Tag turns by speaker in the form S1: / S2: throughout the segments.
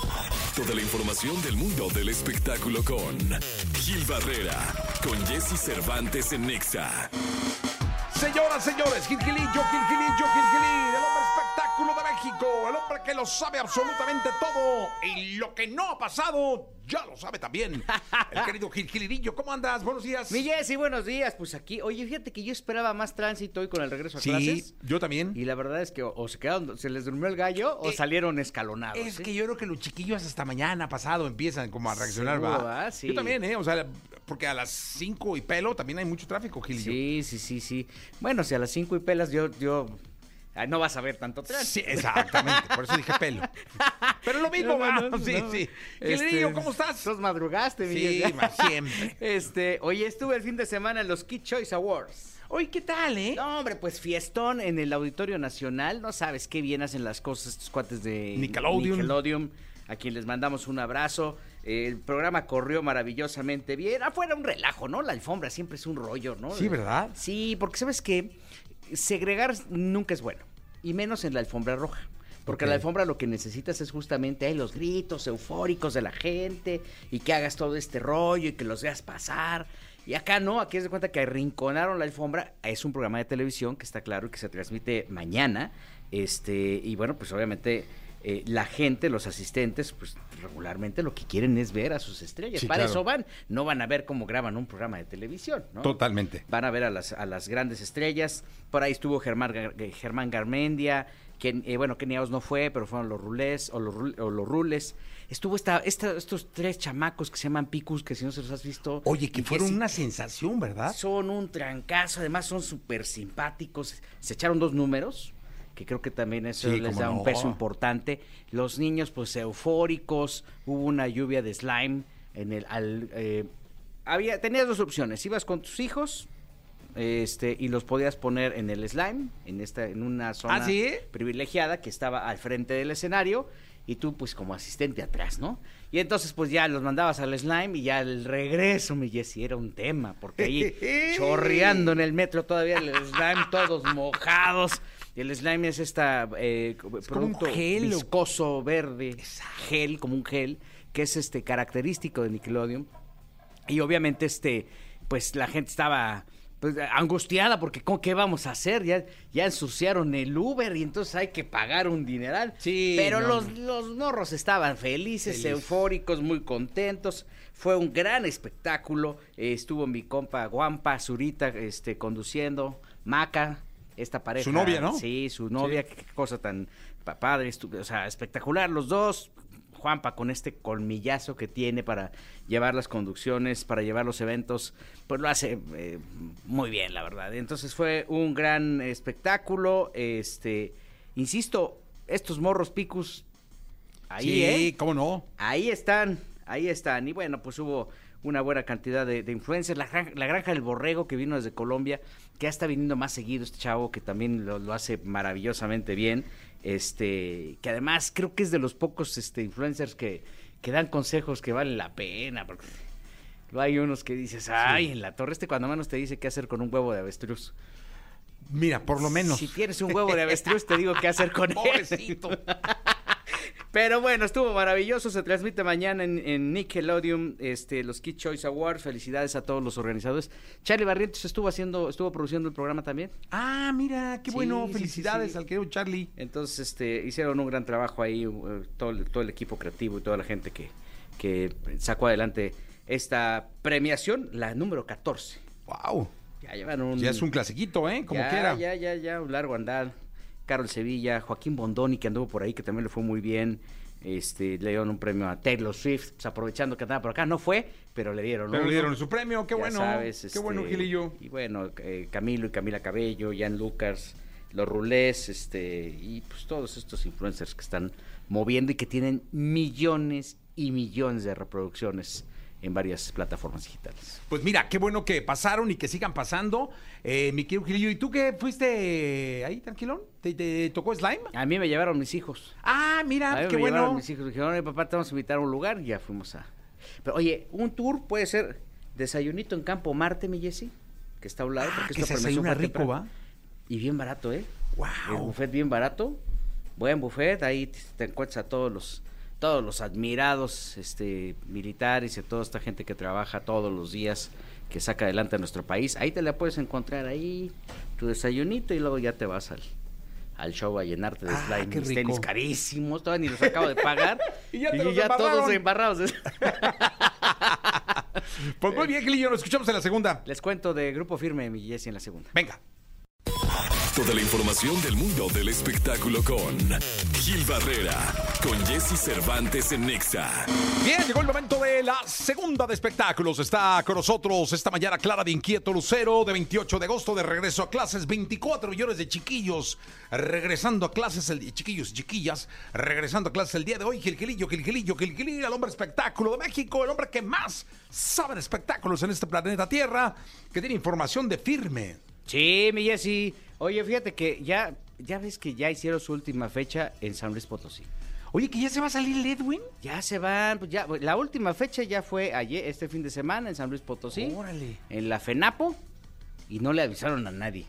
S1: directo de la información del mundo del espectáculo con Gil Barrera, con Jesse Cervantes en Nexa.
S2: Señoras, señores, Gil Gilillo, Gil Gilillo, Gil Gilillo, el hombre espectáculo de México, el hombre que lo sabe absolutamente todo y lo que no ha pasado ya lo sabe también. El querido Gil Gilillo, ¿cómo andas? Buenos días.
S3: Mi Jessy, buenos días. Pues aquí, oye, fíjate que yo esperaba más tránsito hoy con el regreso a
S2: Sí,
S3: clases.
S2: yo también.
S3: Y la verdad es que o, o se quedaron, se les durmió el gallo o
S2: Eh,
S3: salieron escalonados.
S2: Es
S3: Ah, ¿sí?
S2: que yo creo que los chiquillos hasta mañana pasado empiezan como a reaccionar,
S3: Seguro,
S2: ¿verdad?
S3: ¿verdad? Sí.
S2: Yo también, ¿eh? O sea, porque a las 5 y pelo también hay mucho tráfico, Gil.
S3: Sí, sí, sí, sí. Bueno, si a las cinco y pelas yo, yo ah, no vas a ver tanto
S2: Sí,
S3: tránsito.
S2: exactamente, por eso dije pelo. Pero lo mismo,
S3: No, no,
S2: va.
S3: no,
S2: sí,
S3: no.
S2: sí.
S3: Este,
S2: Gilillo, ¿cómo estás?
S3: Sos madrugaste, mi
S2: Sí,
S3: Jessy.
S2: ma, siempre.
S3: Este, oye, estuve el fin de semana en los Kid Choice Awards.
S2: Oye, ¿qué tal, eh?
S3: No, hombre, pues fiestón en el Auditorio Nacional. No sabes qué bien hacen las cosas estos cuates de
S2: Nickelodeon.
S3: Nickelodeon, a quien les mandamos un abrazo. El programa corrió maravillosamente bien. Afuera un relajo, ¿no? La alfombra siempre es un rollo, ¿no?
S2: Sí, ¿verdad?
S3: Sí, porque sabes que segregar nunca es bueno, y menos en la alfombra roja. Porque
S2: Ok.
S3: la alfombra lo que necesitas es justamente ahí los gritos eufóricos de la gente y que hagas todo este rollo y que los veas pasar. Y acá no, aquí es de cuenta que arrinconaron la alfombra. Es un programa de televisión que está claro y que se transmite mañana. Este, y bueno, pues obviamente eh, la gente, los asistentes, pues regularmente lo que quieren es ver a sus estrellas.
S2: Sí,
S3: Para
S2: claro.
S3: eso van. No van a ver cómo graban un programa de televisión, ¿no?
S2: Totalmente.
S3: Van a ver a las, a las grandes estrellas. Por ahí estuvo Germán, Gar- eh, Germán Garmendia. Que, eh, bueno, Kenny House no fue, pero fueron los Rulés o los, Rul- o los Rules. Estuvo esta, esta- estos tres chamacos que se llaman Picus, que si no se los has visto.
S2: Oye, que
S3: y
S2: fueron
S3: sí-
S2: una sensación, ¿verdad?
S3: Son un trancazo, además son súper simpáticos. Se echaron dos números, que creo que también eso
S2: Sí,
S3: les
S2: cómo
S3: da
S2: no.
S3: un peso importante. Los niños, pues eufóricos, hubo una lluvia de slime en el. al, eh, había, tenías dos opciones: ibas con tus hijos. Este, y los podías poner en el slime, en esta, en una zona
S2: ¿Ah, sí?
S3: privilegiada que estaba al frente del escenario, y tú, pues, como asistente atrás, ¿no? Y entonces, pues ya los mandabas al slime y ya el regreso, mi Jessy, era un tema, porque que ahí chorreando en el metro todavía el slime, todos mojados. Y el slime es esta eh,
S2: como un
S3: producto
S2: gel, o-
S3: viscoso verde, gel, como un gel, que es este característico de Nickelodeon. Y obviamente, este, pues la gente estaba pues, angustiada porque ¿con qué vamos a hacer? Ya, ya ensuciaron el Uber y entonces hay que pagar un dineral.
S2: Sí,
S3: Pero
S2: no,
S3: los, los morros estaban felices, eufóricos, muy contentos. Fue un gran espectáculo. Eh, estuvo mi compa Guampa, Zurita, este, conduciendo, Maca, esta pareja.
S2: Su novia, ¿no?
S3: Sí, su novia, qué cosa tan pa- padre, estu- o sea, espectacular los dos. Juanpa con este colmillazo que tiene para llevar las conducciones, para llevar los eventos, pues lo hace eh, muy bien, la verdad. Entonces fue un gran espectáculo, este, insisto, estos morros picus ahí,
S2: sí,
S3: ¿eh?
S2: ¿cómo no?
S3: Ahí están, ahí están. Y bueno, pues hubo una buena cantidad de, de influencers. La, gran- la granja del borrego que vino desde Colombia, que ya está viniendo más seguido este chavo, que también lo, lo hace maravillosamente bien. Este, que además creo que es de los pocos este, influencers que, que dan consejos que valen la pena. Porque luego hay unos que dices, ay, en la torre este cuando menos te dice qué hacer con un huevo de avestruz.
S2: Mira, por lo menos.
S3: Si tienes un huevo de avestruz, te digo qué hacer con él.
S2: Pobrecito.
S3: Pero bueno, estuvo maravilloso. Se transmite mañana en, en Nickelodeon, este, los Kid Choice Awards. Felicidades a todos los organizadores. Charlie Barrientos estuvo haciendo, estuvo produciendo el programa también.
S2: Ah, mira, qué
S3: Sí,
S2: bueno.
S3: sí, sí,
S2: Felicidades
S3: sí.
S2: al querido Charlie.
S3: Entonces, este, hicieron un gran trabajo ahí, eh, todo, el- todo el equipo creativo y toda la gente que, que sacó adelante esta premiación, la número 14.
S2: Wow.
S3: Ya llevan un.
S2: Ya es un clasiquito, ¿eh? Como
S3: ya,
S2: quiera.
S3: Ya, ya, ya, un largo andar. Carol Sevilla, Joaquín Bondoni, que anduvo por ahí, que también le fue muy bien. Este, le dieron un premio a Taylor Swift, pues, aprovechando que andaba por acá. No fue, pero le dieron
S2: Pero
S3: uno.
S2: le dieron su premio, qué
S3: Ya
S2: bueno.
S3: sabes,
S2: qué
S3: este,
S2: bueno, Gilillo.
S3: Y bueno, eh, Camilo y Camila Cabello, Jan Lucas, los Rulés, este, y pues todos estos influencers que están moviendo y que tienen millones y millones de reproducciones en varias plataformas digitales.
S2: Pues mira, qué bueno que pasaron y que sigan pasando. Eh, mi querido Gilillo, ¿y tú qué fuiste ahí, tranquilón? ¿Te, te tocó slime?
S3: A mí me llevaron mis hijos.
S2: Ah,
S3: A
S2: mira,
S3: mí
S2: qué
S3: pues me llevaron
S2: bueno.
S3: mis hijos dijeron, "Oye, papá, te vamos a invitar a un lugar y ya fuimos a... Pero oye, un tour puede ser desayunito en Campo Marte, mi Jessy, que está a un lado.
S2: Ah,
S3: porque
S2: que
S3: esto
S2: se
S3: permaneció
S2: desayuna
S3: para
S2: rico,
S3: temprano.
S2: ¿va?
S3: Y bien barato, ¿eh?
S2: Wow.
S3: El buffet bien barato. Buen buffet, ahí te te encuentras a todos los todos los admirados este, militares y a toda esta gente que trabaja todos los días, que saca adelante a nuestro país. Ahí te la puedes encontrar, ahí tu desayunito y luego ya te vas al, al show a llenarte de
S2: Ah,
S3: slime.
S2: qué
S3: Mis
S2: rico.
S3: tenis carísimos, todavía ni los acabo de pagar.
S2: Y ya te los embarraron.
S3: todos embarrados.
S2: Pues
S3: Eh.
S2: muy bien, Gilillo, nos escuchamos en la segunda.
S3: Les cuento de Grupo Firme, mi Jessy, en la segunda.
S2: Venga.
S1: Toda la información del mundo del espectáculo con Gil Barrera, con Jesse Cervantes en Nexa.
S2: Bien, llegó el momento de la segunda de espectáculos. Está con nosotros esta mañana Clara de Inquieto Lucero, de 28 de agosto, de regreso a clases. 24 millones de chiquillos regresando a clases, el, chiquillos y chiquillas regresando a clases el día de hoy. Gilgilillo, Gilgilillo, Gilgilillo, el hombre espectáculo de México, el hombre que más sabe de espectáculos en este planeta Tierra, que tiene información de firme.
S3: Sí, mi Jessy. Oye, fíjate que ya, ya ves que ya hicieron su última fecha en San Luis Potosí.
S2: Oye, que ya se va a salir el Edwin.
S3: Ya se van, pues ya, pues, la última fecha ya fue ayer, este fin de semana en San Luis Potosí.
S2: Órale.
S3: En la FENAPO y no le avisaron a nadie.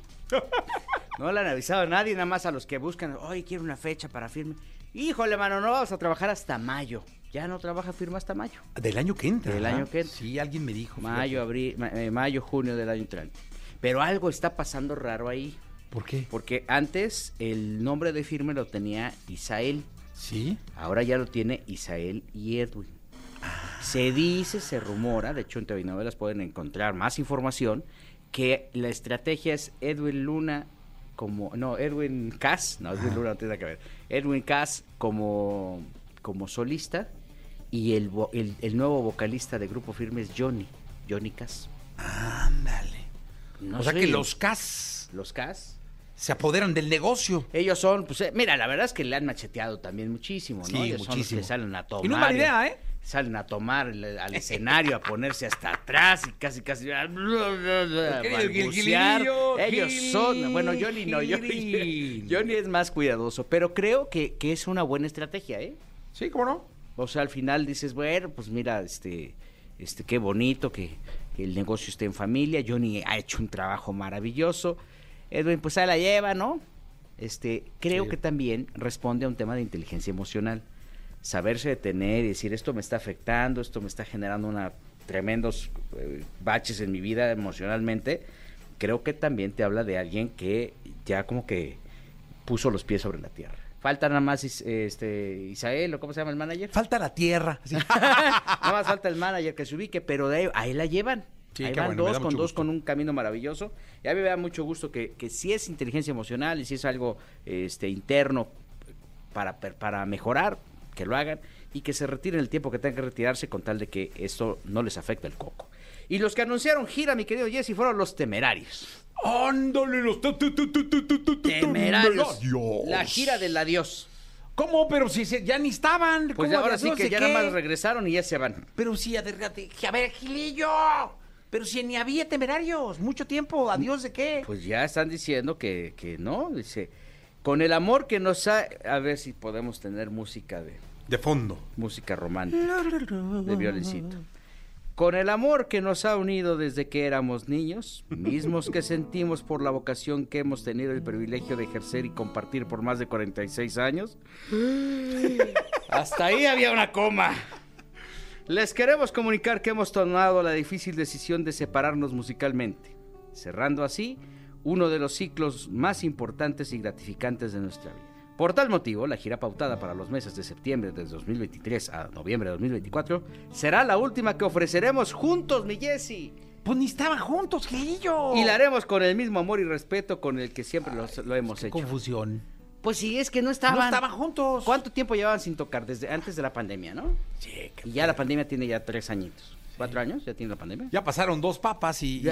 S3: No le han avisado a nadie, nada más a los que buscan, oye, quiero una fecha para firme. Híjole, mano, no vamos a trabajar hasta mayo. Ya no trabaja firma hasta mayo.
S2: Del año que entra.
S3: Del
S2: Ajá.
S3: año que entra.
S2: Sí, alguien me dijo. fíjate.
S3: Mayo, abril, ma- eh, mayo, junio del año entrante. Pero algo está pasando raro ahí.
S2: ¿Por qué?
S3: Porque antes el nombre de firme lo tenía Isael,
S2: Sí.
S3: ahora ya lo tiene Isael y Edwin.
S2: Ah.
S3: Se dice, se rumora, de hecho en TV Novelas pueden encontrar más información, que la estrategia es Edwin Luna como, no, Edwin Cass, no, Edwin Luna no tiene nada que ver, Edwin Cass como, como solista y el, vo- el, el nuevo vocalista de Grupo Firme es Johnny, Johnny Cass.
S2: Ándale.
S3: No
S2: o sea
S3: sé,
S2: que los CAS
S3: Los Cass
S2: se apoderan del negocio.
S3: Ellos son, pues, eh, mira, la verdad es que le han macheteado también muchísimo, ¿no?
S2: Sí,
S3: Ellos son los
S2: muchísimo.
S3: que salen a tomar.
S2: Y no es mala idea, ¿eh?
S3: Salen a tomar el- al escenario, a ponerse hasta atrás y casi, casi. a balbucear.
S2: Gilillo,
S3: Ellos
S2: Gil,
S3: son. Bueno, Johnny no, Johnny,
S2: Gil.
S3: Johnny es más cuidadoso, pero creo que, que es una buena estrategia, ¿eh?
S2: Sí, ¿cómo no?
S3: O sea, al final dices, bueno, pues mira, este, este, qué bonito que, que el negocio esté en familia. Johnny ha hecho un trabajo maravilloso. Edwin, pues ahí la lleva, ¿no? Este, creo
S2: Sí.
S3: que también responde a un tema de inteligencia emocional. Saberse detener y decir, esto me está afectando, esto me está generando una tremendos eh, baches en mi vida emocionalmente. Creo que también te habla de alguien que ya como que puso los pies sobre la tierra. Falta nada más Is- este, Isael, o cómo se llama el manager.
S2: Falta la tierra. Sí.
S3: Nada más falta el manager que se ubique, pero de ahí, ahí la llevan.
S2: Sí,
S3: ahí
S2: qué
S3: van
S2: bueno, me da
S3: dos con
S2: mucho
S3: dos
S2: gusto.
S3: con un camino maravilloso. Y a mí me da mucho gusto que, que si es inteligencia emocional y si es algo este, interno para, per- para mejorar, que lo hagan y que se retiren el tiempo que tengan que retirarse con tal de que esto no les afecte el coco. Y los que anunciaron gira, mi querido Jesse, fueron los temerarios.
S2: Ándale, los tu, tu, tu, tu, tu, tu, tu, tu,
S3: Temerarios.
S2: temerarios.
S3: La gira del adiós.
S2: ¿Cómo? Pero si se- ya ni estaban.
S3: Pues
S2: ¿Cómo
S3: ya ahora
S2: adiós?
S3: sí
S2: No
S3: que
S2: sé
S3: ya
S2: qué.
S3: nada más regresaron y ya se van.
S2: Pero sí, adérgate. A ver, Gilillo. Pero si ni había temerarios. Mucho tiempo. ¿Adiós de qué?
S3: Pues ya están diciendo que, que no, dice, con el amor que nos ha... A ver si podemos tener música de...
S2: De fondo.
S3: Música romántica,
S2: Pues
S3: de violencito. Con el amor que nos ha unido desde que éramos niños, mismos que sentimos por la vocación que hemos tenido el privilegio de ejercer y compartir por más de 46 años. Hasta ahí había una coma. Les queremos comunicar que hemos tomado la difícil decisión de separarnos musicalmente, cerrando así uno de los ciclos más importantes y gratificantes de nuestra vida. Por tal motivo, la gira pautada para los meses de septiembre de 2023 a noviembre de 2024 será la última que ofreceremos juntos, mi Jesse.
S2: Pues ni estaban juntos, Gilillo.
S3: Y la haremos con el mismo amor y respeto con el que siempre los- lo hemos hecho.
S2: Confusión.
S3: Pues sí, es que no
S2: No estaban juntos.
S3: ¿Cuánto tiempo llevaban sin tocar? Desde antes de la pandemia, ¿no?
S2: Sí,
S3: Y ya la pandemia tiene ya tres añitos. ¿Cuatro años? ¿Ya tiene la pandemia?
S2: Ya pasaron dos papas y, y-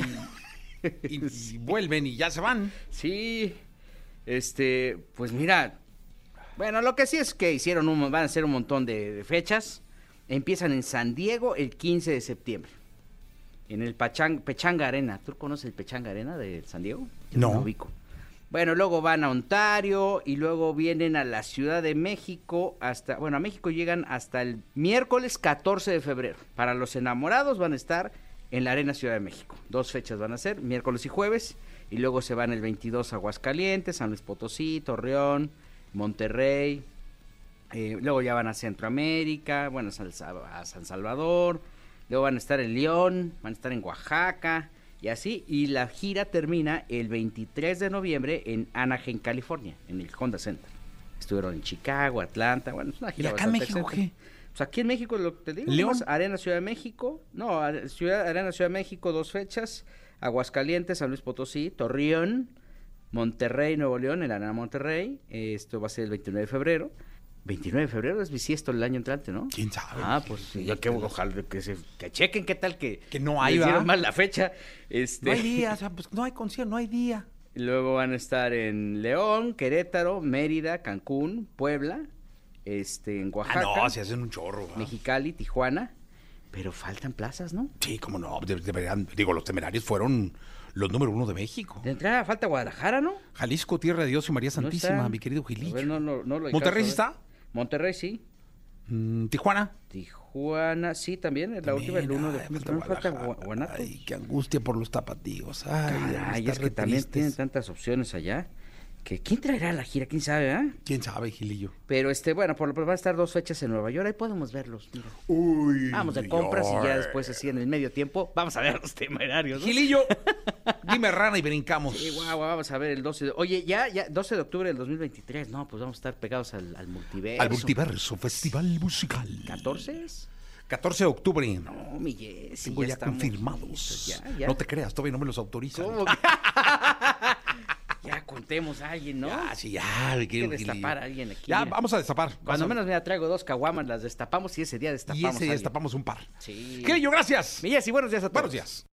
S2: y- y vuelven y ya se van.
S3: Sí. Este, pues mira. Bueno, lo que sí es que hicieron un, van a hacer un montón de, de fechas. Empiezan en San Diego el 15 de septiembre. En el Pachang- Pechanga Arena. ¿Tú conoces el Pechanga Arena de San Diego? Yo
S2: No.
S3: lo ubico. Bueno, luego van a Ontario y luego vienen a la Ciudad de México hasta, bueno, a México llegan hasta el miércoles 14 de febrero. Para los enamorados van a estar en la Arena Ciudad de México. Dos fechas van a ser, miércoles y jueves, y luego se van el 22 a Aguascalientes, San Luis Potosí, Torreón, Monterrey, Eh, luego ya van a Centroamérica, bueno, San- a San Salvador, luego van a estar en León, van a estar en Oaxaca y así. Y la gira termina el 23 de noviembre en Anaheim, California, en el Honda Center. Estuvieron en Chicago, Atlanta, bueno, es una gira
S2: ¿Y acá en
S3: bastante
S2: México
S3: excéntrica.
S2: qué?
S3: Pues aquí en México, lo que te digo,
S2: ¿León?
S3: nomás Arena Ciudad de México, no, Are- Ciudad, Arena Ciudad de México, dos fechas, Aguascalientes, San Luis Potosí, Torreón, Monterrey, Nuevo León, el Arena Monterrey, eh, esto va a ser el 29 de febrero. 29 de febrero es bisiesto el año entrante, ¿no?
S2: ¿Quién sabe?
S3: Ah, pues sí, ya que ojalá que se que chequen qué tal que,
S2: Que no hay,
S3: les dieron
S2: ¿verdad?
S3: mal la fecha. Este,
S2: No hay día, o sea, pues no hay concierto, no hay día.
S3: Luego van a estar en León, Querétaro, Mérida, Cancún, Puebla, este, en Oaxaca.
S2: Ah, no, se hacen un chorro. ¿verdad?
S3: Mexicali, Tijuana, pero faltan plazas, ¿no?
S2: Sí, cómo no, de- deberían, digo, los temerarios fueron los número uno de México.
S3: De entrada falta Guadalajara, ¿no?
S2: Jalisco, Tierra de Dios y María
S3: No
S2: Santísima,
S3: está.
S2: mi querido
S3: A
S2: Gilillo.
S3: ver, no, no, no lo alcanzo
S2: ¿Monterrey
S3: a
S2: sí
S3: ver.
S2: está?
S3: Monterrey sí.
S2: Mm, Tijuana.
S3: Tijuana sí también, es la última el
S2: También,
S3: 1 de
S2: ay, falta
S3: no, falta
S2: Guadalajara.
S3: Gua- Guanatos.
S2: Ay, qué angustia por los tapatíos. Ay,
S3: Ay,
S2: están
S3: es
S2: re
S3: que también
S2: tristes.
S3: tienen tantas opciones allá. Que quién traerá la gira, quién sabe, ¿ah?
S2: ¿Quién sabe, Gilillo?
S3: Pero este, bueno, por lo pronto van a estar dos fechas en Nueva York, ahí podemos verlos. mira.
S2: Uy.
S3: Vamos de compras y ya después así en el medio tiempo, vamos a ver los temerarios. ¿no?
S2: Gilillo, dime rana y brincamos.
S3: Sí, guau, guau, vamos a ver el 12 de... Oye, ya, ya, 12 de octubre del 2023, no, pues vamos a estar pegados al, al multiverso.
S2: Al multiverso, festival musical.
S3: ¿14 es?
S2: 14 de octubre.
S3: No, mi Jessy,
S2: Tengo ya,
S3: estamos
S2: confirmados.
S3: listos, Ya, ya.
S2: No te creas, todavía no me los autorizan.
S3: ¿Cómo que- ya contemos a alguien, ¿no?
S2: Ah, sí, ya, mi
S3: Hay
S2: querido
S3: que
S2: Gilillo.
S3: destapar a alguien aquí.
S2: Ya,
S3: mira.
S2: vamos a destapar. Vamos
S3: Cuando
S2: a-
S3: menos me traigo dos caguamas, las destapamos y ese día destapamos
S2: Y ese
S3: a
S2: día
S3: alguien.
S2: destapamos un par.
S3: Sí.
S2: Gilillo, gracias.
S3: Mi Jessy, buenos días a todos.
S2: Buenos días.